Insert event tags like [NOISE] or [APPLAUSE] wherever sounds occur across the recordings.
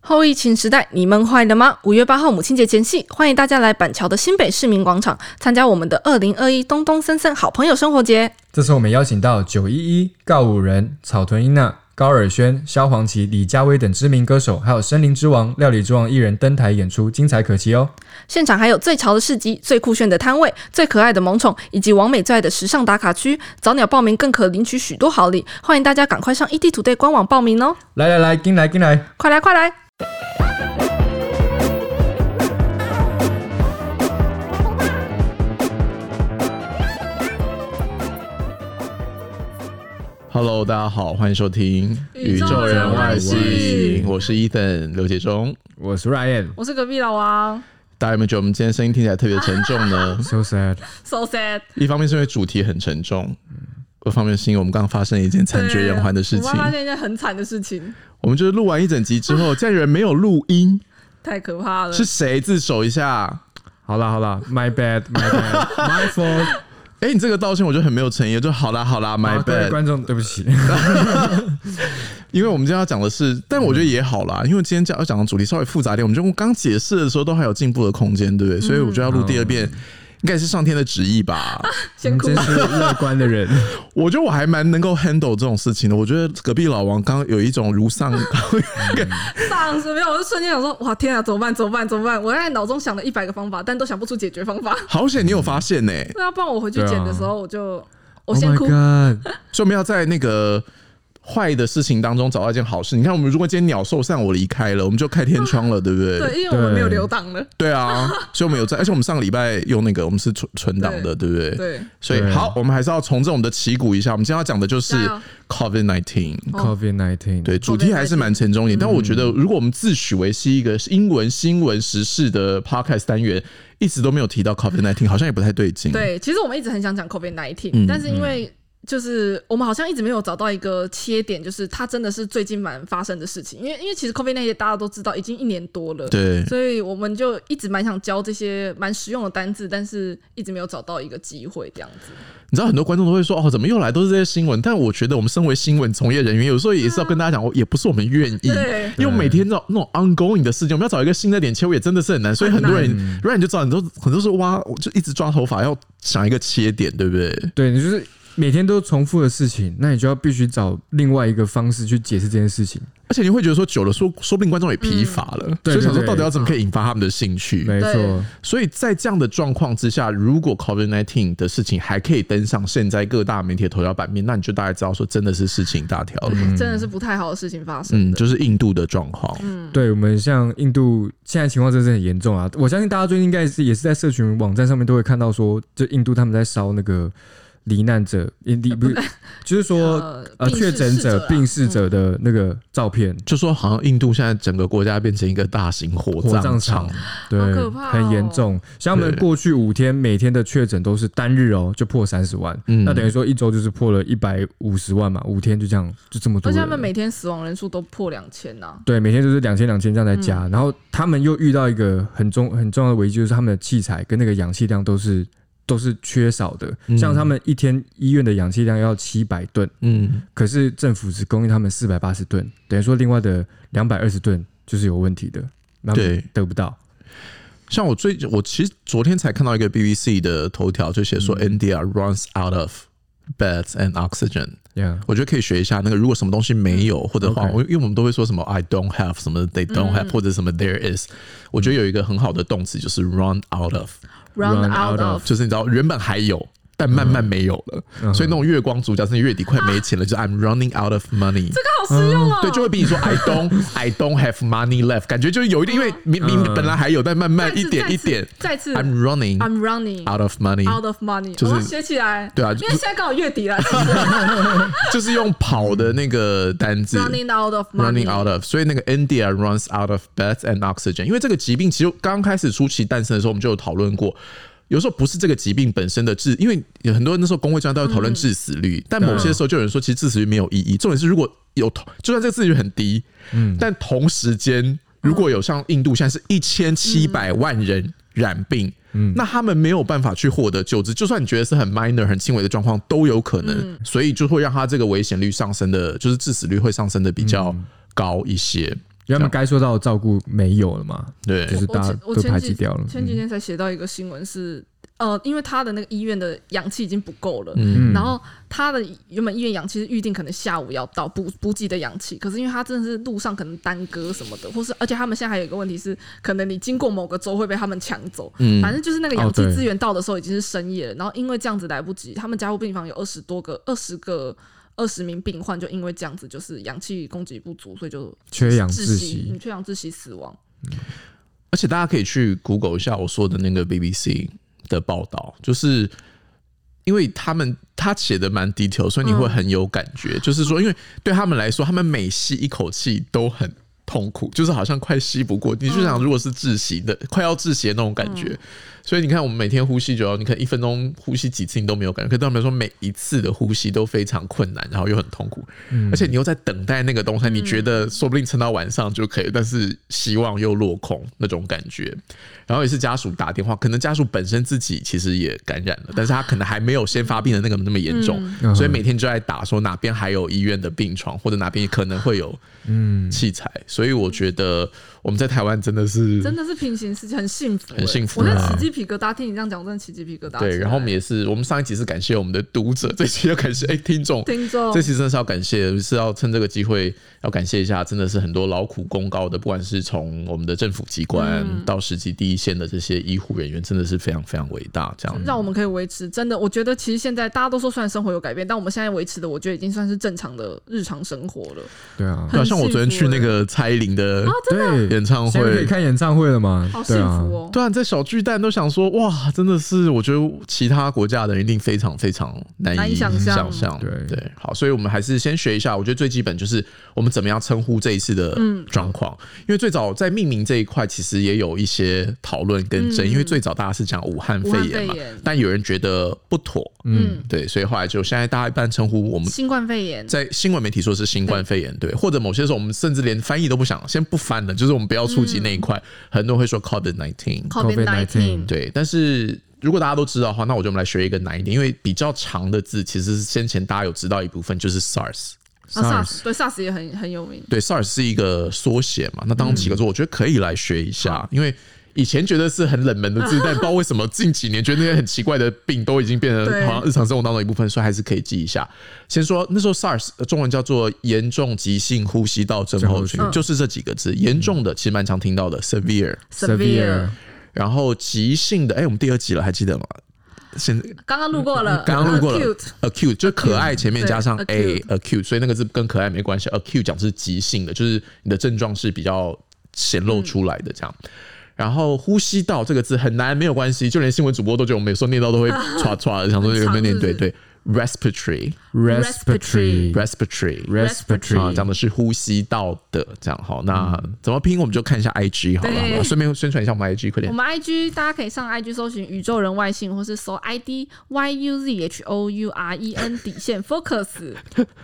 后疫情时代，你们坏了吗？五月八号母亲节前夕，欢迎大家来板桥的新北市民广场参加我们的二零二一东东森森好朋友生活节。这次我们邀请到九一一、告五人、草屯英娜、高尔宣、萧煌奇、李佳薇等知名歌手，还有森林之王、料理之王艺人登台演出，精彩可期哦！现场还有最潮的市集、最酷炫的摊位、最可爱的萌宠，以及王美最爱的时尚打卡区。早鸟报名更可领取许多好礼，欢迎大家赶快上 ET 土队官网报名哦！来来来，进来进来！快来快来！ Hello，大家好，欢迎收听《宇宙人外星我是 Ethan 刘杰忠。我是 Ryan，？我是隔壁老王大家有没有觉得我们今天声音听起来特别沉重呢 [LAUGHS] so sad， ，so sad。一方面是因为主题很沉重，二方面是因为我们刚刚发生了一件惨绝人寰的事情我。妈发现一件很惨的事情，我们就是录完一整集之后，竟然有人没有录音，太可怕了。是谁？自首一下。好啦好啦，my bad，my [LAUGHS] bad，my fault，哎、你这个道歉我就很没有诚意，就好啦好啦，my 啊好各位 bad。观众，对不起，因为我们今天要讲的是，但我觉得也好啦，因为今天讲要讲的主题稍微复杂一点，我们就我刚解释的时候都还有进步的空间，对不对？所以我觉得要录第二遍，应该是上天的旨意 [LAUGHS] 吧。你先们哭真是乐观的人，我觉得我还蛮能够 handle 这种事情的。我觉得隔壁老王刚刚有一种如 [LAUGHS] 丧，丧是没有，我就瞬间想说，哇天啊，怎么办？怎么办？怎么办？我在脑中想了一百个方法，但都想不出解决方 [LAUGHS] 法。好险你有发现呢、对啊，不然我回去剪的时候，我就、 [LAUGHS] 我 Oh 先 my 哭。 god，所以我们要在那个坏的事情当中找到一件好事。你看，我们如果今天鸟受伤，我离开了，我们就开天窗了，对不对？对，因为我们对没有留档了。对啊，所以我们有在，而且我们上个礼拜用那个，我们是存存档的，对不对？对，所以对好，我们还是要重振我们的旗鼓一下。我们今天要讲的就是加油 COVID nineteen。哦 COVID nineteen，对，主题还是蛮沉重一点，但我觉得如果我们自诩为是一个英文新闻时事的 podcast 单元，一直都没有提到 COVID nineteen，好像也不太对劲。，对，其实我们一直很想讲 COVID nineteen，、嗯但是因为就是我们好像一直没有找到一个切点，就是它真的是最近蛮发生的事情。因为因为其实 COVID nineteen 大家都知道已经一年多了，对所以我们就一直蛮想教这些蛮实用的单字，但是一直没有找到一个机会这样子。你知道很多观众都会说哦，怎么又来都是这些新闻？但我觉得我们身为新闻从业人员，有时候也是要跟大家讲，哦，也不是我们愿意。对因为每天那种那种 ongoing 的事情，我们要找一个新的点切入也真的是很难，所以很多人，不然你就知道，很多很多时候哇，我就一直抓头发，要想一个切点，对不对？对你就是每天都重复的事情，那你就要必须找另外一个方式去解释这件事情，而且你会觉得说久了，说说不定观众也疲乏了，嗯对所以想说对对到底要怎么可以引发他们的兴趣？没错对。所以在这样的状况之下，如果 COVID 1 9的事情还可以登上现在各大媒体的头条版面，那你就大概知道说真的是事情大条了。嗯真的是不太好的事情发生的。就是印度的状况，对我们像印度现在情况真是很严重啊！我相信大家最近应该是也是在社群网站上面都会看到说，就印度他们在烧那个罹难者，也罹不是， [LAUGHS] 就是说呃病逝确诊逝者啊者啦、嗯病逝者的那个照片，就说好像印度现在整个国家变成一个大型火火葬场场，对，好可怕哦很严重。像我们对过去五天每天的确诊都是单日哦就破三十万，嗯那等于说一周就是破了一百五十万嘛，五天就这样就这么多而人且了。他们每天死亡人数都破两千啊呐，对，每天就是两千两千这样在加，嗯然后他们又遇到一个很重很重要的危机，就是他们的器材跟那个氧气量都是都是缺少的。嗯像他们一天医院的氧气量要七百吨，嗯，可是政府只供应他们四百八十吨，等于说另外的两百二十吨就是有问题的，他们对得不到。像我最我其实昨天才看到一个 BBC 的头条，就写说嗯 India runs out of beds and oxygen， Yeah，我觉得可以学一下那个，如果什么东西没有，或者话， OK 因为我们都会说什么 I don't have 什么 They don't have 或者什么 There is，我觉得有一个很好的动词就是 run out of， ，round Run out out of of 就是你知道原本还有。但慢慢没有了，嗯所以那种月光族，假设你月底快没钱了，就是 I'm running out of money，好实用哦。嗯对，就会比你说 I don't I don't have money left，感觉就有一点，因为明明嗯本来还有，但慢慢再次一点一点再次再次，I'm running I'm running out of money， out of money，就是我要写起来。对啊因为现在刚好月底了其实就是用跑的那个单字，running out of money。 running out of，所以那个 India runs out of beds and oxygen，因为这个疾病其实刚开始初期诞生的时候，我们就有讨论过。有时候不是这个疾病本身的致，因为有很多人那时候工会专家都会讨论致死率，但某些时候就有人说，其实致死率没有意义。重点是，如果有同，就算这个致死率很低，嗯，但同时间如果有像印度现在是一千七百万人染病，嗯，那他们没有办法去获得救治，就算你觉得是很 minor 很轻微的状况都有可能，嗯嗯所以就会让他这个危险率上升的，就是致死率会上升的比较高一些。因为他们该受到的照顾没有了嘛，对，就是大家我都前排几挤掉了。前几嗯天才写到一个新闻是，呃，因为他的那个医院的氧气已经不够了。嗯嗯然后他的原本医院氧气是预定可能下午要到补补给的氧气，可是因为他真的是路上可能耽搁什么的，或是而且他们现在还有一个问题是，可能你经过某个州会被他们抢走，嗯反正就是那个氧哦气对资源到的时候已经是深夜了，然后因为这样子来不及，他们加护病房有二十多个、二十个、二十名病患，就因为这样子就是氧气供给不足，所以就缺氧窒窒息，嗯息，缺氧窒息死亡。而且大家可以去 Google 一下我说的那个 BBC 的报道，就是因为他们他写的蛮 detail，所以你会很有感觉。就是说，因为对他们来说，他们每吸一口气都很痛苦，就是好像快吸不过。你就想，如果是窒息的，快要窒息的那种感觉。所以你看，我们每天呼吸就要，你看一分钟呼吸几次你都没有感觉，可对他们来说，每一次的呼吸都非常困难，然后又很痛苦，而且你又在等待那个东西，你觉得说不定撑到晚上就可以，但是希望又落空那种感觉。然后也是家属打电话，可能家属本身自己其实也感染啊了，但是他可能还没有先发病的那个那么严重，嗯所以每天就在打说哪边还有医院的病床，或者哪边可能会有嗯，器材。所以我觉得我们在台湾真的是真的是平行世界，很幸福欸、很幸福我在啊起鸡皮疙瘩，听你这样讲，我真的起鸡皮疙瘩起来。对，然后我们也是，我们上一集是感谢我们的读者，这期要感谢哎、听众，听众这期真的是要感谢，是要趁这个机会要感谢一下，真的是很多劳苦功高的，不管是从我们的政府机关嗯到实际第一线的这些医护人员，真的是非常非常伟大。这样子，让我们可以维持。真的，我觉得其实现在大家都说，虽然生活有改变，但我们现在维持的，我觉得已经算是正常的日常生活了。对啊，对啊，很像我昨天幸福去那欸个蔡依林的对，演唱现在可以会。看演唱会了嘛啊好？幸对啊福，哦！对啊，在小巨蛋都想说，哇，真的是，我觉得其他国家的人一定非常非常难难以以想想象象对对，好，所以我们还是先学一下，我觉得最基本就是我们怎么样称呼这一次的嗯状况，因为最早在命名这一块其实也有一些讨论跟争，嗯因为最早大家是讲武汉武汉肺炎嘛肺炎，但有人觉得不妥，嗯，对，所以后来就现在大家一般称呼我们新冠肺炎，在新闻媒体说是新冠肺炎，对，或者某些时候我们甚至连翻译都不想，先不翻了，就是我们不要触及那一块。很多人会说 COVID nineteen， COVID COVID-19 nineteen，对，但是。如果大家都知道的话，那我就我们来学一个难一点，因为比较长的字，其实是先前大家有知道一部分，就是 SARS。啊 SARS，对 SARS 也很很有名。对，SARS 是一个缩写嘛。那当几个字，我觉得可以来学一下，因为以前觉得是很冷门的 [LAUGHS] 字，但不知道为什么近几年觉得那些很奇怪的病都已经变成对好像日常生活当中的一部分，所以还是可以记一下。先说那时候 SARS 呃中文叫做严重急性呼吸道症候群症嗯候群，就是这几个字。严重的其实蛮常听到的 severe， Severe，然后急性的，哎，我们第二集了，还记得吗？现刚刚路过了，嗯呃刚刚路过了 Acute acute 就可爱前面加上对 a acute，所以那个字跟可爱没关系。acute 讲是急性的，就是你的症状是比较显露出来的这样。然后呼吸道这个字很难，没有关系，就连新闻主播都觉得我们有时候念到都 [LAUGHS] 会歘歘的，想说有没有念对很长对。respiratory Respiratory respiratory respiratory 嗯啊，讲 respiratory，的是呼吸道的这样好。那怎么拼我们就看一下 IG 好了，对好吧顺便宣传一下我们 IG，快我点。们 IG 大家可以上 IG 搜寻宇宙人外星，或是搜 ID Y U Z H O U R E N 底线 Focus。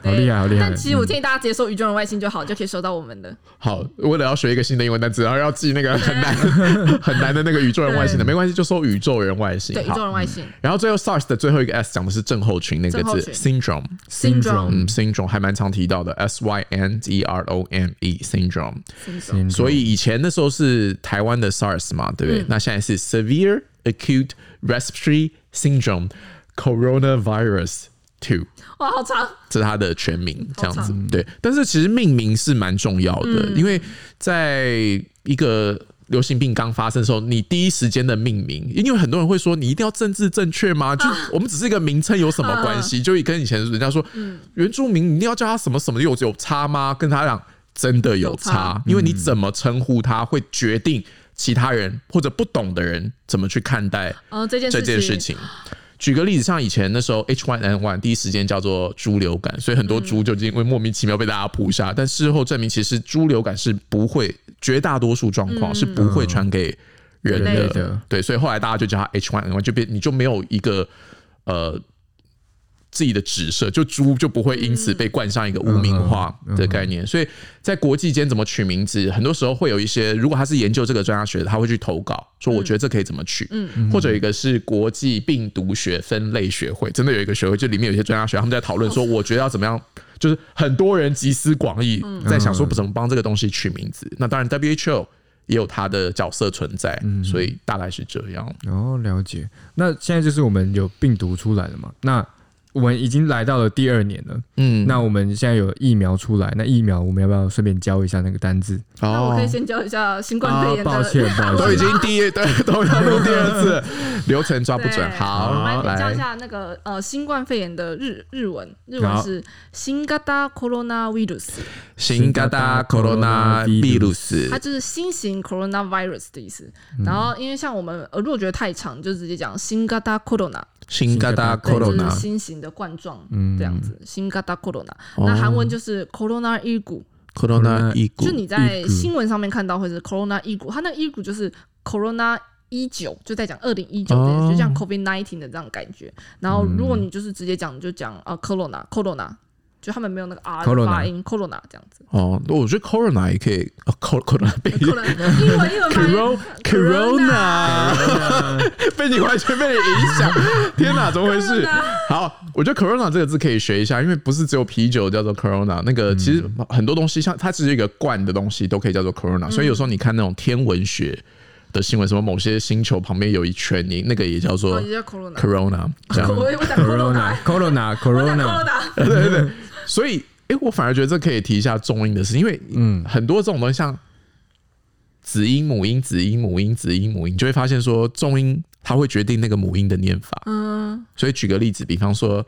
好厉害好厉害但其实我建议大家直接搜宇宙人外星就好，就可以收到我们的。好，为了要学一个新的英文单词，然后要记那个啊很难 [LAUGHS] 很难的那个宇宙人外星的，没关系，就搜宇宙人外星。对，宇好嗯宙人外星然后最后 SARS 的最后一个 S 讲的是症候群那个症候字群 syndrome， Syndrome 嗯，syndrome 还蛮常提到的 S Y N D R O M E syndrome。 Syndrome。所以以前那时候是台湾的 SARS 嘛，对嗯不对？那现在是 Severe Acute Respiratory Syndrome Coronavirus Two。哇，好长，这是它的全名，这样好嗯子对。但是其实命名是蛮重要的，因为在一个流行病刚发生的时候，你第一时间的命名，因为很多人会说你一定要政治正确啊吗？就我们只是一个名称有什么关系？就跟以前人家说嗯原住民，你一定要叫他什么什么有有差吗？跟他讲真的有有差嗯差，因为你怎么称呼他会决定其他人或者不懂的人怎么去看待呃，这件这事件事情。举个例子，像以前那时候 H1N1 第一时间叫做猪流感，所以很多猪就因为莫名其妙被大家扑杀，但事后证明其实猪流感是不会，绝大多数状嗯况是不会传给人人的。类的对，所以后来大家就叫它 H1N1，就变你就没有一个呃自己的指涉，就猪就不会因此被冠上一个污名化的概念。所以在国际间怎么取名字，很多时候会有一些，如果他是研究这个专家学的，他会去投稿，说我觉得这可以怎么取。嗯，或者有一个是国际病毒学分类学会，真的有一个学会，就里面有一些专家学，他们在讨论说，我觉得要怎么样。 [LAUGHS] 就是很多人集思广益，嗯在想说怎么帮这个东西取名字。那当然，WHO 也有它的角色存在，嗯所以大概是这样。哦，了解。那现在就是我们有病毒出来了嘛？那我们已经来到了第二年了。嗯，那我们现在有疫苗出来，那疫苗我们要不要顺便教一下那个单字？那我可以哦，先教一下新冠啊肺炎的、抱歉抱都已歉经第一，对， [LAUGHS] 都要录第二次了，流程抓不准。对我好，们来教一来，下那个呃新冠肺炎的日日文，日好文是新型コロナウイルス，新型 corona virus，它就是新型 coronavirus 的意思。嗯然后因为像我们呃如果觉得太长，就直接讲新型 corona，新型对，就是 corona，新型的冠状嗯这样子，新型 corona。哦那韩文就是 corona 一股， corona 一股就，你在一股新闻上面看到会是 corona 一股，它那一股就是 corona 一九，就在讲二零一九这件哦事，就像 covid nineteen 的这样感觉。然后如果你就是直接讲，你就讲啊 corona corona，就他们没有那个 r 的 Corona 发音 corona 这样子。哦，我觉得 corona 也可以哦，cor-，corona 被 corona 英文英文发音 corona。被 [LAUGHS] 你完全被你影响，天哪，怎么回事？好，我觉得 Corona 这个字可以学一下，因为不是只有啤酒叫做 Corona，那个其实很多东西，像它只是一个罐的东西都可以叫做 Corona，所以有时候你看那种天文学的新闻，什么某些星球旁边有一圈，你那个也叫哦，做也叫 corona。 Corona，这样。 [LAUGHS] 我我讲 corona， corona corona 我讲 corona， corona。所以，哎、我反而觉得这可以提一下重音的事，因为嗯，很多这种东西像子音、母音、子音、母音、子音、母音，你就会发现说重音它会决定那个母音的念法。嗯，所以举个例子，比方说，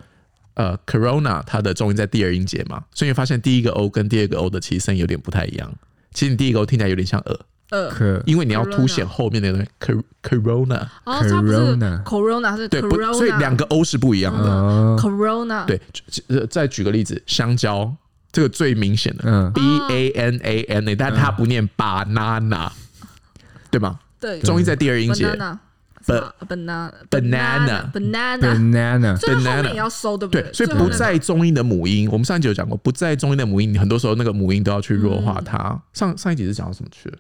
呃，corona 它的重音在第二音节嘛，所以你发现第一个 o 跟第二个 o 的其实声音有点不太一样。其实你第一个 o 听起来有点像呃，呃，可因为你要凸显后面那个东西 cor- corona，哦，它不是 Corona corona，它是对不？ corona，所以两个 o 是不一样的。哦， corona，对，呃再举个例子，香蕉这个最明显的嗯 b a n a n a，但它不念 banana，对吗？对重音在第二音节。 banana，呃 Ba- banana banana banana， ，banana 所以它后 banana 面也要收，对不对，所最以后不面在中音的母音，我们上一集有讲过，不在中音的母音，你很多时候那个母音都要去弱化它。嗯上上一集是讲到什么去了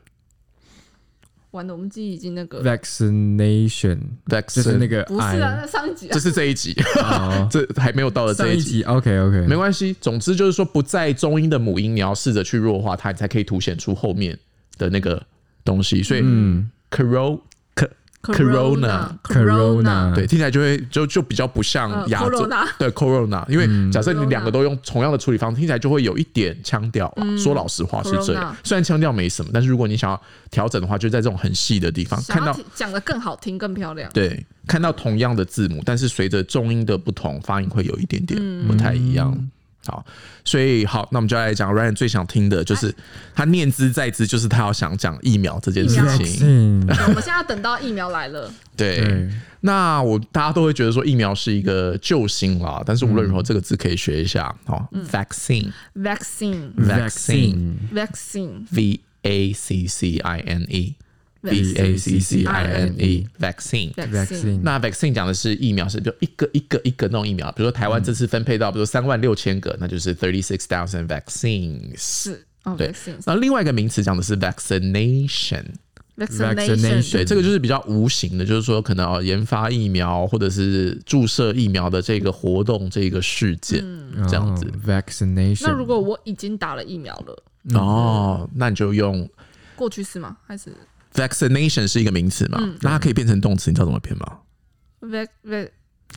完了，我们自己已经那个 vaccination，就？Vaccine，是那个不是啊， I，那上一集啊这是这一集， [LAUGHS] 哦这还没有到的上这一一集。集 OK OK，没关系，总之就是说，不在中音的母音，你要试着去弱化它，你才可以凸显出后面的那个东西。所以嗯， ，coro c- corona， corona corona 对，听起来就会就就比较嗯不呃像亚洲 corona 对 corona，因为假设你两个都用同样的处理方式，听起来就会有一点腔调啦。说老实话是这样嗯 corona，虽然腔调没什么，但是如果你想要调整的话，就在这种很细的地方看想要到听讲的更好听、更漂亮。对看到同样的字母，但是随着重音的不同，发音会有一点点不太一样。好，所以好，那我们就来讲 Ryan 最想听的就是啊他念兹在兹，就是他要想讲疫苗这件事情。 vaccine，我们现在要等到疫苗来了，对，对，那我大家都会觉得说疫苗是一个救星啦，但是无论如何这个字可以学一下。哦好，vaccine。嗯 vaccine 嗯 vaccine vaccine v a c c i n e v vaccine a c c i n e vaccine。 vaccine vaccine，那 vaccine 讲的是疫苗，是比如一个一个一个弄疫苗，比如说台湾这次分配到，比如三万六千个，那就是 thirty six thousand vaccines。是哦对，vaccine 那另外一个名词讲的是 vaccination， vaccination vaccination 对，这个就是比较无形的，就是说可能哦研发疫苗或者是注射疫苗的这个活动这个事件这样子哦。vaccination，那如果我已经打了疫苗了，哦，那你就用过去式吗？还是 vaccination 是一个名词嘛？那它可以变成动词，你知道怎么变吗？ vac vac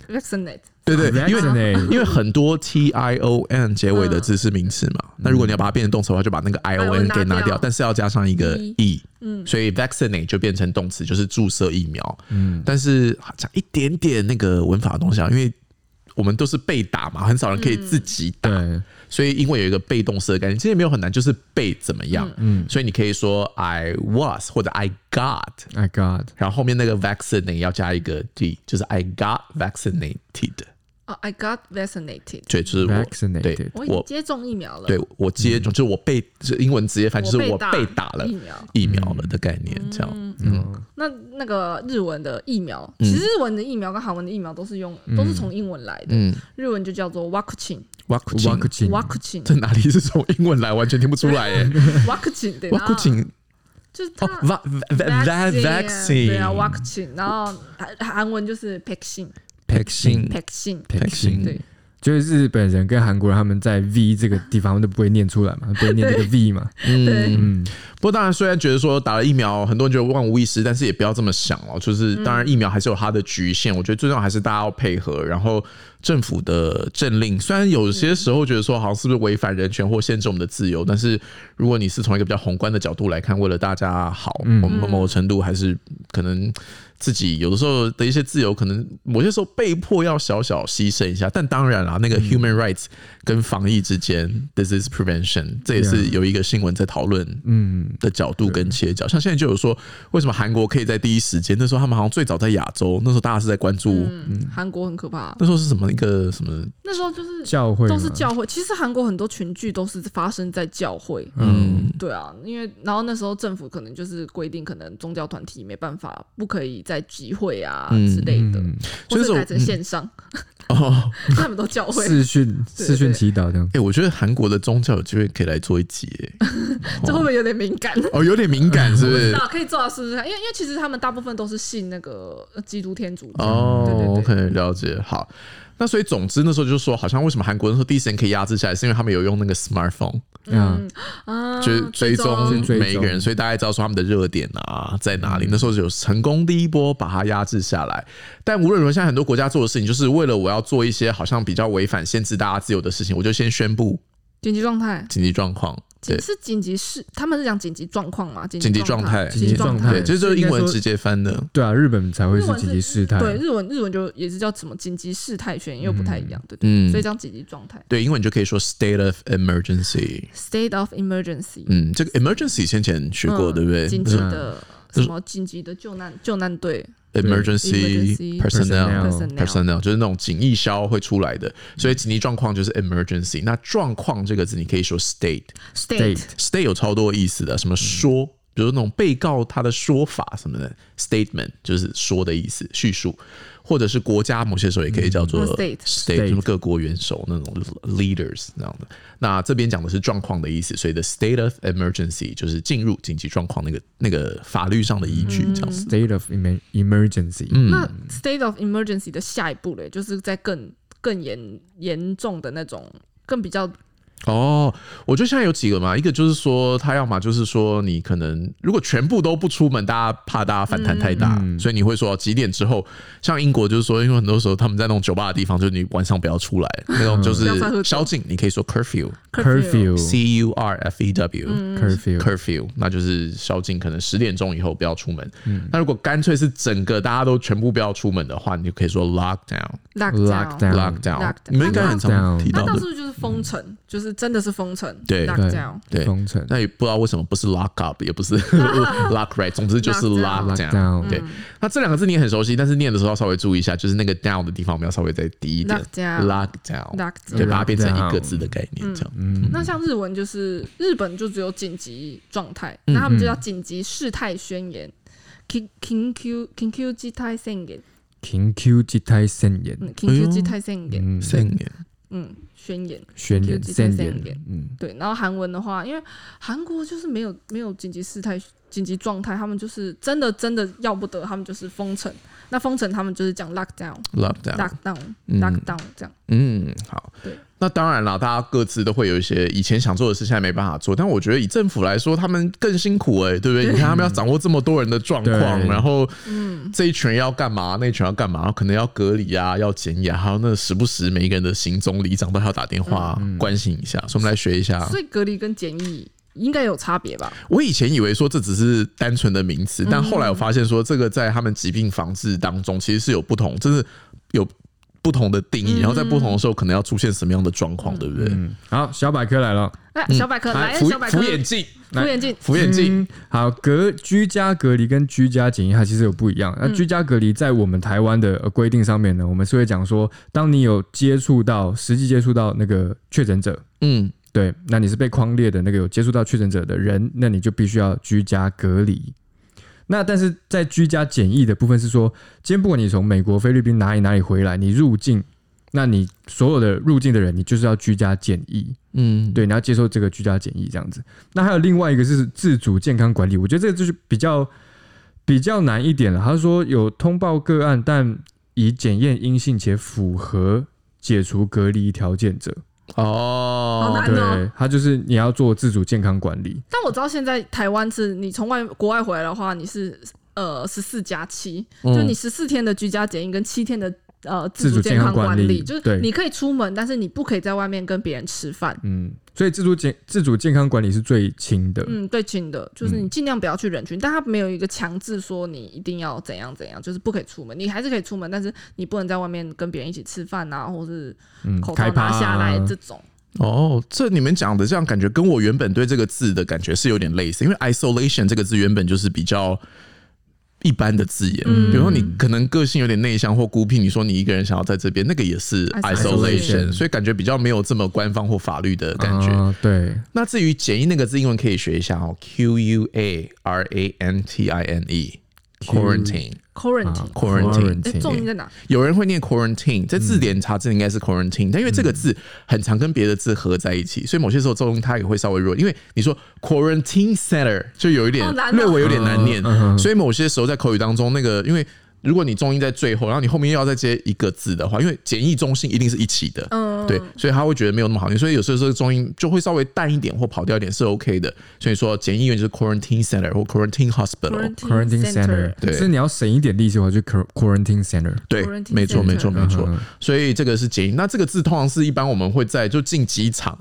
vaccinate？对对，啊因为 vaccinate 因为很多 t i o n 结尾的字是名词嘛，那如果你要把它变成动词的话，就把那个嗯 i o n 给拿拿掉掉，但是要加上一个 e e，嗯，所以 vaccinate 就变成动词，就是注射疫苗。嗯，但是讲一点点那个文法的东西啊，因为我们都是被打嘛，很少人可以自己打，对所以因为有一个被动式的概念，其实也没有很难，就是被怎么样，嗯，所以你可以说 I was 或者 I got。 ，I got，然后后面那个 vaccinate 要加一个 d，就是 I got vaccinated。哦，I got vaccinated，对，就是我对 vaccinated，我已经我接种疫苗了，对我接种，就是我被这英文直接翻，就是我被我打被打了疫苗。疫苗了的概念，这样嗯，那那个日文的疫苗，嗯其实日文的疫苗跟韩文的疫苗都是用，都是从英文来的。嗯日文就叫做 vaccine，vaccine，vaccine， w a k u c i n 这 vaccine，哪里是从英文来，完全听不出 [LAUGHS] 来耶 vaccine，对 [LAUGHS] w a k u c i 然后 n 就是哦它。 ，va va va 啊 vaccine，对啊 vaccine， ，vaccine，然后韩韩文就是 vaccine，vaccine， vaccine，vaccine 对，就是日本人跟韩国人他们在 V 这个地方，他们都不会念出来嘛， [LAUGHS] 不会念那个 V 嘛，对嗯。嗯，不过当然，虽然觉得说打了疫苗，很多人觉得万无一失，但是也不要这么想哦。就是嗯当然，疫苗还是有它的局限。我觉得最重要还是大家要配合，然后政府的政令，虽然有些时候觉得说好像是不是违反人权或限制我们的自由，但是如果你是从一个比较宏观的角度来看，为了大家好，嗯我们某种程度还是可能自己有的时候的一些自由，可能某些时候被迫要小小牺牲一下。但当然啦，那嗯个 human rights 跟防疫之间，disease prevention，这也是 Yeah 有一个新闻在讨论。嗯，的角度跟切角。像现在就有说，为什么韩国可以在第一时间？那时候他们好像最早在亚洲，那时候大家是在关注，嗯，韩国很可怕。那时候是什么一个什么？那时候就是教会嘛都是，教会，其实韩国很多群聚都是发生在教会。嗯，对啊，因为然后那时候政府可能就是规定，可能宗教团体没办法，不可以再集会啊嗯之类的，嗯，或就是是改成线上，哦， [LAUGHS] 他们都教会，视讯视讯祈祷这样，哎、我觉得韩国的宗教有机会可以来做一集、 [LAUGHS] 欸，这会不会有点敏 [LAUGHS] 感？哦，有点敏感是不是？那可以做到试试看，因为因为其实他们大部分都是信那个呃基督天主教，对哦对对， ，OK，了解，好。那所以，总之那时候就是说，好像为什么韩国那时候第一时间可以压制下来，是因为他们有用那个 smartphone，嗯，啊，就是追踪去追踪每一个人，所以大家知道说他们的热点啊在哪里。那时候有成功第一波把它压制下来，但无论如何，现在很多国家做的事情，就是为了我要做一些好像比较违反限制大家自由的事情，我就先宣布紧急状态，紧急状况。对紧，是紧急事，他们是讲紧急状况嘛？紧紧急状状态紧急状紧急状态对，态。这就是英文直接翻的。对啊，日本才会是紧急事态，对，日文日文就也是叫什么紧急事态宣言，又不太一样，对对，嗯所以，讲紧急状态对，英文你就可以说 state of emergency。 （state of emergency），嗯，这个 emergency 先前学过，嗯对不对？紧就急是的就是什么紧急的救难救难队 emergency Emergency personnel personnel。 personnel， personnel 就是那种警疫消会出来的，所以紧急状况就是 emergency。那状况这个字，你可以说 state。 state state 有超多意思的，什么说，嗯比如那种被告他的说法什么的，statement 就是说的意思，叙述，或者是国家某些时候也可以叫做嗯嗯 state state，就是各国元首那种 leaders 那样的。那这边讲的是状况的意思，所以 the state of emergency 就是进入紧急状况那个那个法律上的依据这样子。 state of emer- 嗯 emergency，嗯那 state of emergency 的下一步嘞，就是在更更严严重的那种，更比较哦，我觉得现在有几个嘛，一个就是说，他要么就是说，你可能如果全部都不出门，大家怕大家反弹太大，所以你会说几点之后，像英国就是说，因为很多时候他们在那种酒吧的地方，就是你晚上不要出来，那种就不是要再喝酒宵禁，你可以说 curfew，c curfew 嗯 u r f 嗯 e w。 curfew，curfew， curfew，那就是宵禁，可能十点钟以后不要出门。那如果干脆是整个大家都全部不要出门的话，你就可以说 lockdown，lockdown，、 lockdown。 Lockdown lockdown Lockdown 你们应该很常 Lockdown 提那到到的时，候就是封城，就是真的是封城对，lockdown。对，封城那也不知道为什么不是 lock up，也不是 [LAUGHS] lock right，总之就是 Lockdown lock down。嗯，lockdown，对，那这两个字你也很熟悉，但是念的时候要稍微注意一下，就是那个 down 的地方我们要稍微再低一点 Lockdown lock down， lockdown 对，把它变成一个字的概念，这样。嗯那像日文就是日本就只有紧急状态，那他们就叫紧急事态宣言。緊緊急緊急事態宣言，紧急事态宣言，嗯，緊急事態宣言，嗯，三年，嗯，宣言，宣言，紧急宣宣言言，嗯，对。然后韩文的话，因为韩国就是没有没有紧急事态、紧急状态，他们就是真的真的要不得，他们就是封城。那封城他们就是讲 lockdown、 lock down， lockdown、嗯 lockdown 这样。嗯，好对。那当然啦，大家各自都会有一些以前想做的事，现在没办法做。但我觉得以政府来说，他们更辛苦哎、对不对？你看他们要掌握这么多人的状况，对然后这一群人要干嘛，那一群要干嘛，然后可能要隔离啊，要检疫啊，还有那时不时每一个人的行踪，里长都还要打电话关心一下。所以我们来学一下。所以隔离跟检疫应该有差别吧？我以前以为说这只是单纯的名词，但后来我发现说这个在他们疾病防治当中其实是有不同，就是有不同的定义，然后在不同的时候可能要出现什么样的状况，对不对？嗯，好，小百科来了，哎，小百科来，扶小百科扶，眼镜，扶眼镜，扶眼镜，嗯好，隔居家隔离跟居家检疫它其实有不一样。那居家隔离在我们台湾的呃规定上面呢，我们是会讲说，当你有接触到实际接触到那个确诊者，嗯，对，那你是被框列的那个有接触到确诊者的人，那你就必须要居家隔离。那但是在居家检疫的部分是说，今天不管你从美国、菲律宾哪里哪里回来，你入境，那你所有的入境的人，你就是要居家检疫。嗯，对，你要接受这个居家检疫这样子。那还有另外一个是自主健康管理，我觉得这个就是比较比较难一点了。他说有通报个案，但已检验阴性且符合解除隔离条件者，好哦难，对，他就是你要做自主健康管理。但我知道现在台湾是你从外国外回来的话，你是呃十四加七，就你十四天的居家检疫跟七天的呃嗯自主主健健康管管理就对是你可以出门，但是你不可以在外面跟别人吃饭。嗯，所以自主健自主健康管理是最轻的。嗯，对群的，就是嗯你尽量不要去人群，但他没有一个强制说你一定要怎样怎样，就是不可以出门，你还是可以出门，但是你不能在外面跟别人一起吃饭啊，或是嗯，口罩开趴拿下来啊这种。哦，这你们讲的这样感觉跟我原本对这个字的感觉是有点类似，因为 isolation 这个字原本就是比较一般的字眼，嗯比如说你可能个性有点内向或孤僻，你说你一个人想要在这边，那个也是 isolation isolation，所以感觉比较没有这么官方或法律的感嗯觉。啊对，那至于简易那个字，英文可以学一下哦，Q U A R A N T I N E。quarantine， Quarantine，啊 quarantine 哎、重音在哪？有人会念 quarantine，在嗯字典查字应该是 quarantine，、但因为这个字很常跟别的字合在一起，所以某些时候中文它也会稍微弱，因为你说 quarantine center 就有一点好难哦略微有点难念，嗯嗯所以某些时候在口语当中，那个因为如果你重音在最后，然后你后面又要再接一个字的话，因为简易中心一定是一起的，嗯，对，所以他会觉得没有那么好念，所以有时候这个中音就会稍微淡一点或跑掉一点是 OK 的。所以说简易院就是 quarantine center 或 quarantine hospital， quarantine center，对所以你要省一点力气的话，就 quar- quarantine center。对， quarantine 没错 center 没错没错嗯。所以这个是简易，那这个字通常是一般我们会在就进机场。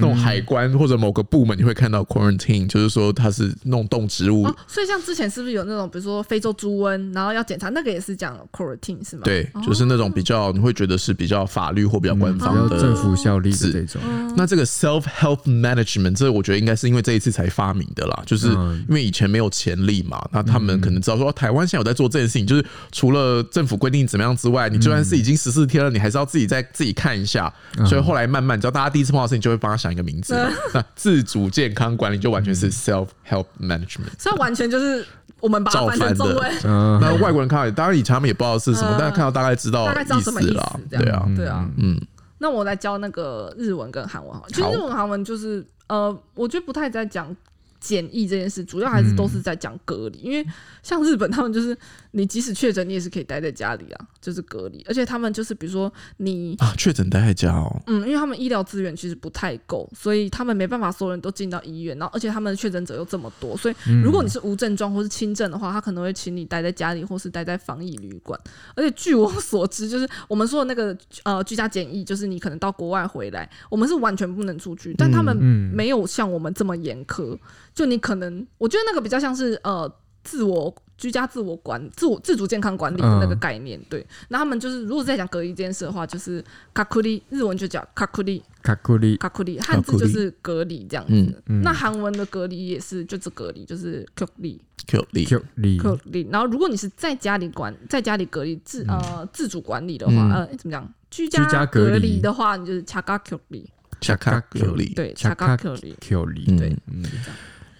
那种海关或者某个部门，你会看到 quarantine，就是说它是那种动植物哦，所以像之前是不是有那种，比如说非洲猪瘟，然后要检查那个也是讲 quarantine 是吗？对，哦就是那种比较你会觉得是比较法律或比较官比方较的嗯哦政府效力的字这种，哦那这个 self help management，这我觉得应该是因为这一次才发明的啦，就是嗯因为以前没有潜力嘛，那他们可能知道说、哦台湾现在有在做这件事情，就是除了政府规定怎么样之外，你就算嗯是已经十四天了，你还是要自己再自己看一下。所以后来慢慢，你知道大家第一次碰到的事情，就会帮他想一个名字嗯嘛。那自主健康管理就完全嗯是 self help management。所以完全就是我们把它照翻成翻中的文，嗯，那外国人看到，当然以前他们也不知道是什么，嗯但是看到大概知道大概知道哦意什么思意啦思，这样。对啊，对啊，嗯，那我来教那个日文跟韩文好了，其实好日文韩文就是呃，我觉得不太在讲检疫这件事，主要还是都是在讲隔离，因为像日本他们就是你即使确诊，你也是可以待在家里啊，就是隔离，而且他们就是比如说你啊，确诊待在家哦，嗯，因为他们医疗资源其实不太够，所以他们没办法所有人都进到医院，然后而且他们的确诊者又这么多，所以如嗯果你是无症状或是轻症的话，他可能会请你待在家里或是待在防疫旅馆。而且据我 [LAUGHS] 所知，就是我们说的那个呃居家检疫，就是你可能到国外回来，我们是完全不能出去，但他们嗯嗯没有像我们这么严苛，就你可能我觉得那个比较像是呃自我。居家自我管、自我自主健康管理的那个嗯概念，对。那他们就是，如果在讲隔离这件事的话，就是卡库利，日文就叫卡库利，卡库里，卡库利，汉字就是隔离这样嗯子。那韩文的隔离也是就是隔离，就是 k u l i ，Q E 力， Q 里，隔离。然后如果你是在家里管，在家里隔离自呃自主管理的话，呃怎么讲？居嗯居家家隔离隔离的话，你就是恰嘎 Q 里，恰 E 卡 Q E 力，对，恰恰嘎嘎 Q 里， Q 里，对嗯，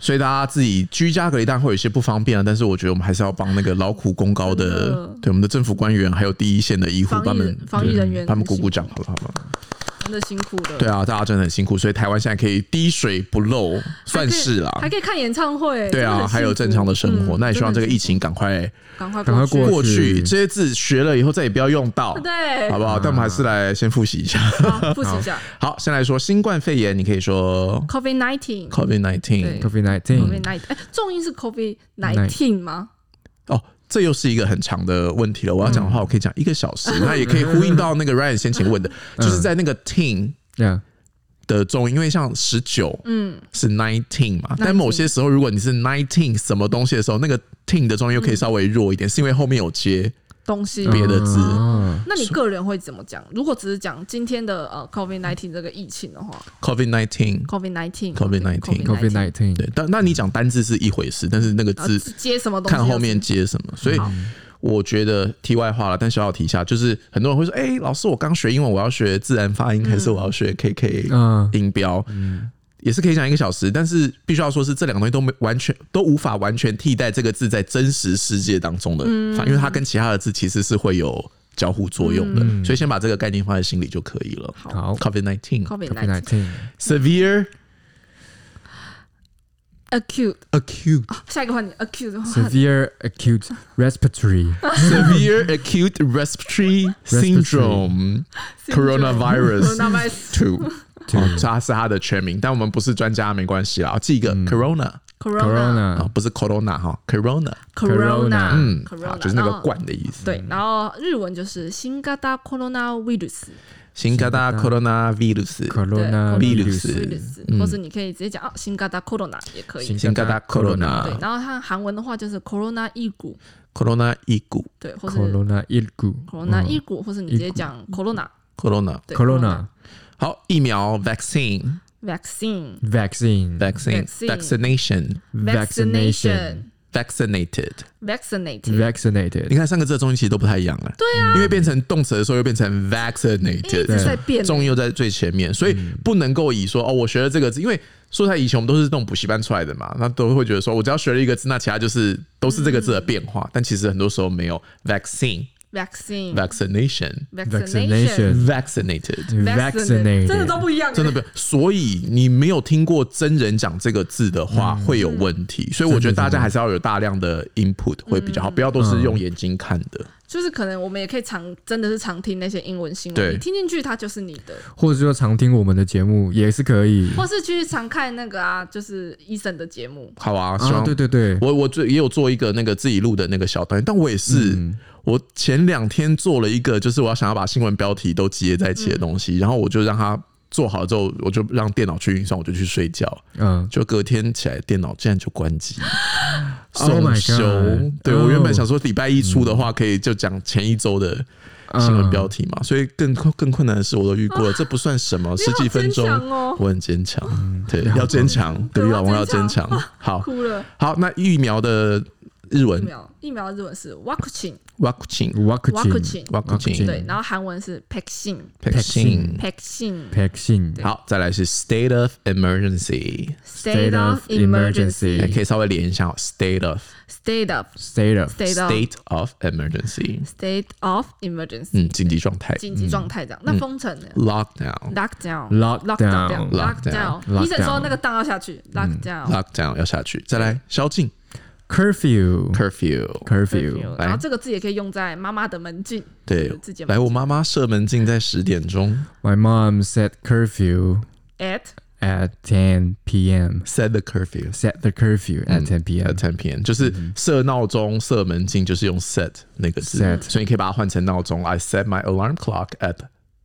所以大家自己居家隔离，当然会有一些不方便啊。但是我觉得我们还是要帮那个劳苦功高真的，的对我们的政府官员，还有第一线的医护，嗯防他疫们人防疫人员嗯他们鼓鼓掌，好了好了。真的辛苦了。对啊，大家真的很辛苦，所以台湾现在可以滴水不漏，算是啦。还可以看演唱会。对啊，还有正嗯常的生活。那也希望这个疫情赶快赶快赶快过过去，是这些字学了以后再也不要用到，对好，不好？但我们还是来先复习一下。好复习一下好，先来说新冠肺炎，你可以说 COVID nineteen。 COVID 对 Covid nineteen。COVID 嗯 nineteen， nineteen，哎，重音是 COVID nineteen 吗？哦，这又是一个很长的问题了。我要讲的话，我可以讲一个小时，那也可以呼应到那个 Ryan 先前问的，就是在那个 teen 呀，的中，因为像十九嗯，是 nineteen 嘛，但某些时候如果你是 nineteen 什么东西的时候，那个 teen 的中音又可以稍微弱一点，是因为后面有接东西。别的字啊那你个人会怎么讲？如果只是讲今天的呃 COVID nineteen 这个疫情的话 COVID nineteen， ，COVID nineteen 啊 COVID-19 ，COVID nineteen，对，但那你讲单字是一回事，但是那个字接什么呃东西？看后面接什么，所以。我觉得题外话了，但小小提一下，就是很多人会说：“哎、老师，我刚学英文，我要学自然发音，还嗯是我要学 KK 嗯音标？”也是可以讲一个小时，但是必须要说是这两个东西都没完全都无法完全替代这个字在真实世界当中的，嗯反因为它跟其他的字其实是会有交互作用的，嗯所以先把这个概念放在心里就可以了。好 COVID nineteen COVID ，COVID nineteen nineteen， severe acute，啊 acute 下一个换你 [LAUGHS] acute， severe acute respiratory severe acute respiratory syndrome [LAUGHS] coronavirus [LAUGHS] two， two 哦它是它的全名，但我们不是专家，没关系啦。记一个 corona corona corona 啊，不是 corona 哈，corona， corona，嗯， corona 好，就是那个然后冠的意思。对，然后日文就是新型 corona virus，新型 corona virus，对 corona virus virus，嗯或者你可以直接讲啊新型 corona 也可以新。新型啊 corona 对，然后它韩文的话就是 corona 一股， corona 一股对，或是 corona 一股 corona 一股，或是你直接讲 corona，嗯 corona。对 corona 好，疫苗 vaccine vaccine vaccine vaccine Vaccine vaccination vaccination vaccination vaccinated。 vaccinated vaccinated 你看三个字的东西其实都不太一样了，对啊，因为变成动词的时候又变成一 vaccinated，直在变，重音又在最前面，所以不能够以说哦，我学了这个字，因为说起来以前我们都是那种补习班出来的嘛，那都会觉得说我只要学了一个字，那其他就是都是这个字的变化，但其实很多时候没有 vaccine、 vaccine vaccination、 vaccination vaccinated， vaccinated，真的都 vaccinated 不一样，真的不，所以你没有听过真人讲这个字的话会有问题，所以我觉得大家还是要有大量的 input 会比较好，不要都是用眼睛看的。就是可能我们也可以常真的是常听那些英文新对闻，你听进去它就是你的，或者说常听我们的节目也是可以或是去常看那个啊，就是医生的节目，好啊，希啊，望对对对， [LAUGHS] 我我最也有做一个那个自己录的那个小单元，但我也是，嗯我前两天做了一个，就是我要想要把新闻标题都集结在一起的东嗯西，然后我就让它做好之后，我就让电脑去运算，我就去睡觉，嗯，就隔天起来电脑竟然就 [GASPS] 关机， Oh my 送 God 修。对我 Oh 原本想说礼拜一出的嗯话，可以就讲前一周的新闻标题嘛，所以更更困难的事我都 [LAUGHS] 遇过了，这不算什么，十几分钟你好坚强哦嗯我很坚强，对，要坚强，对，对老王我要要坚坚强强，好。哭了。好，那疫苗的日疫文苗疫苗日文是 vaccine， vaccine vaccine vaccine vaccine 对，然后韩文是 vaccine vaccine。 vaccine vaccine 好，再来是 state of emergency， state of of emergency 哎 emergency 可以稍微连一下哦，state of state of state of state of state of emergency， state of emergency 嗯，紧急状态紧急状态这样。那封城呢，lockdown。 ？lockdown Lockdown lockdown Lockdown 医生说那个档要下去 lockdown Lockdown 要下去，再来宵禁 curfew curfew， curfew 然后这个字也可以用在妈妈的门禁，对自己，来我妈妈射门禁在十点钟 my mom set curfew at at 10 p.m. ，set the curfew set the curfew at 10 Mm. at p.m. 10 p.m. 嗯就是设闹钟、射门禁，就是用 set 那个字 Set 所以你可以把它换成闹钟。I set my alarm clock at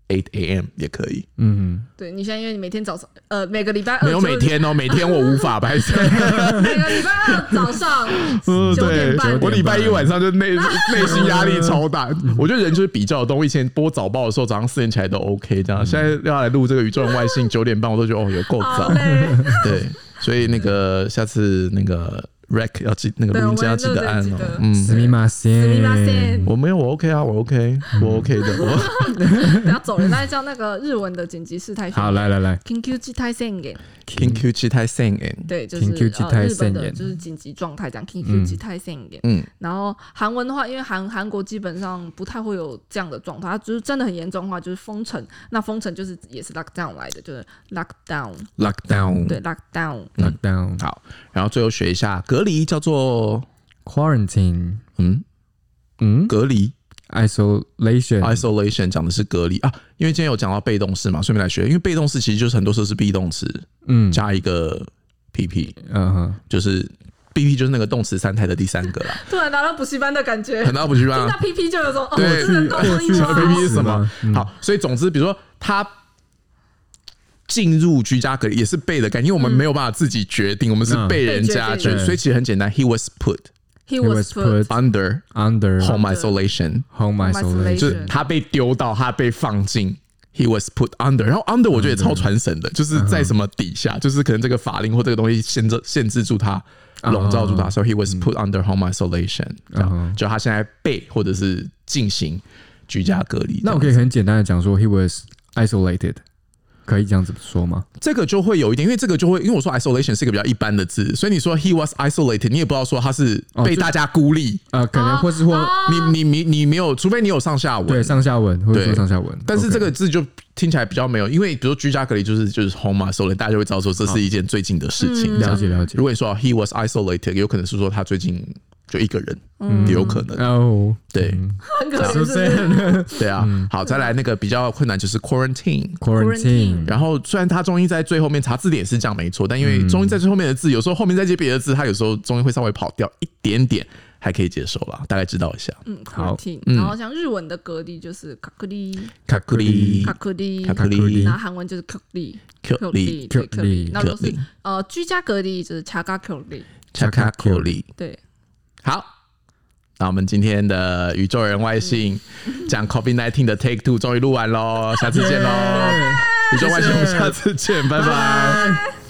8 a.m. 也可以，对你现在因为你每天早上呃每个礼拜二没有就每 [LAUGHS] 天哦，每天我无法白天。每个礼拜二早上 [LAUGHS] 嗯九点半嗯我礼拜一晚上就 [LAUGHS] 内内心压力超大。我觉得人就是比较的动物。以前播早报的时候，早上四点起来都 OK 嗯这样，现在要来录这个宇宙人外 [LAUGHS] 星九点半， [LAUGHS] 我都觉得哦有够好早。嘞。对，所以那个下次那个 rec 要记那个对录音我机要们记得录按音机哦记得。嗯，すみますせみませんん我没有，我 OK 啊，我 OK，我 OK 的， [LAUGHS] 我不要走人，那叫那个日文的紧急事态宣好，言。来来来，紧急事态宣言， King Q 七太嗯 sing in。对，就是緊急事態呃日本宣的，言就是紧急状态这样。紧急事态宣言。嗯，然后韩文的话，因为韩韩国基本上不太会有这样的状态，它就是真的很严重的话，就是封城。那封城就是也是 lockdown 来的，就是 lockdown， lockdown 对 lockdown。 lockdown 好，然后最后学一下隔离叫做 quarantine 嗯嗯隔离 isolation isolation 讲的是隔离啊，因为今天有讲到被动式嘛，顺便来学，因为被动式其实就是很多时候是 be 动词嗯加一个 pp，嗯哼就是 BP 就是那个动词三态的第三个啦， [LAUGHS] 突然拿到补习班的感觉，很听大不去吧？到 PP 就有种哦，对真的高中英小文 PP 啊。是什么是吗？好，所以总之，比如说他进入居家隔离嗯也是被的概念，因为我们没有办法自己决定，我们是被人家决定，嗯所以其实很简单。He was put He He was was put put under under home isolation， home isolation. isolation，就是他被丢到，他被放进。He was put under，然后 under 我觉得也超传神的，就是在什么底下，就是可能这个法令或这个东西限制限制住他，笼罩住他，所以 he was put under home isolation，这样就他现在被或者是进行居家隔离这样子。那我可以很简单的讲说，he was isolated，可以这样子说吗？这个就会有一点，因为这个就会，因为我说 isolation 是一个比较一般的字，所以你说 he was isolated，你也不知道说他是哦被就是大家孤立，啊呃，可能或是或你你你你没有，除非你有上下文，对上下文，或者对说上下文，但是 OK 这个字就听起来比较没有，因为比如说居家隔离就是就是 home isolation，大家就会知道说这是一件最近的事情。这了样解了解如，果你说 he was isolated，有可能是说他最近就一个人，也有可能。哦，对很可怜，是就不这是？样对啊，好，再来那个比较困难就是 [LAUGHS] quarantine。 quarantine，然后虽然它中医在最后面查字典是这样没错，但因为中医在最后面的字，有时候后面再接别的字，它有时候中医会稍微跑掉一点点，还可以接受啦，大概知道一下。嗯，好 quarantine。然后像日文的隔离就是隔离，卡库里隔离，卡库隔里然后韩文就是隔离，隔隔离离，对隔隔离离。那隔都是离呃居家隔离，就是查嘎隔离。卡卡库里。对，好，那我们今天的宇宙人 [LAUGHS] 外星讲 COVID 1 9的 Take 啊 Two 终于录完喽，下次见喽，宇宙外星，我们下次见，拜拜。